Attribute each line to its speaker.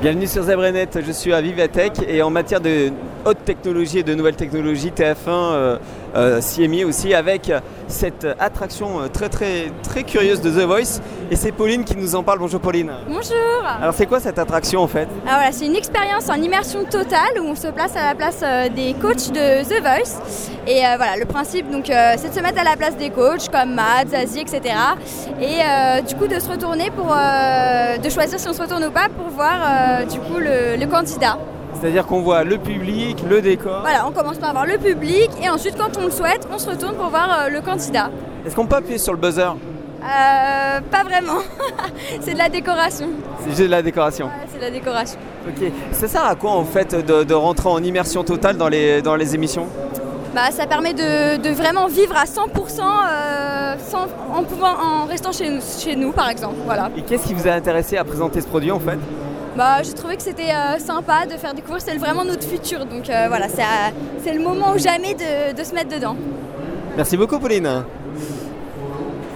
Speaker 1: Bienvenue sur Zebrenet, je suis à Vivatech et en matière de haute technologie et de nouvelles technologies, TF1 euh, euh, s'y est mis aussi avec cette attraction euh, très très très curieuse de The Voice et c'est Pauline qui nous en parle. Bonjour Pauline.
Speaker 2: Bonjour
Speaker 1: Alors c'est quoi cette attraction en fait
Speaker 2: Alors voilà, c'est une expérience en immersion totale où on se place à la place euh, des coachs de The Voice. Et euh, voilà, le principe donc euh, c'est de se mettre à la place des coachs comme Matt, Zazie, etc. Et euh, du coup de se retourner pour euh, de choisir si on se retourne ou pas pour voir euh, du coup le, le candidat.
Speaker 1: C'est-à-dire qu'on voit le public, le décor.
Speaker 2: Voilà, on commence par voir le public et ensuite quand on le souhaite, on se retourne pour voir euh, le candidat.
Speaker 1: Est-ce qu'on peut appuyer sur le buzzer
Speaker 2: Euh, pas vraiment, c'est de la décoration.
Speaker 1: C'est juste de la décoration.
Speaker 2: Voilà, c'est de la décoration.
Speaker 1: Ok. Ça sert à quoi en fait de, de rentrer en immersion totale dans les, dans les émissions
Speaker 2: Bah, ça permet de, de vraiment vivre à 100% euh, sans- en, pouvant, en restant chez nous, chez nous, par exemple. Voilà.
Speaker 1: Et qu'est-ce qui vous a intéressé à présenter ce produit en fait
Speaker 2: Bah, J'ai trouvé que c'était euh, sympa de faire découvrir, c'est vraiment notre futur. Donc euh, voilà, c'est euh, c'est le moment ou jamais de, de se mettre dedans.
Speaker 1: Merci beaucoup Pauline.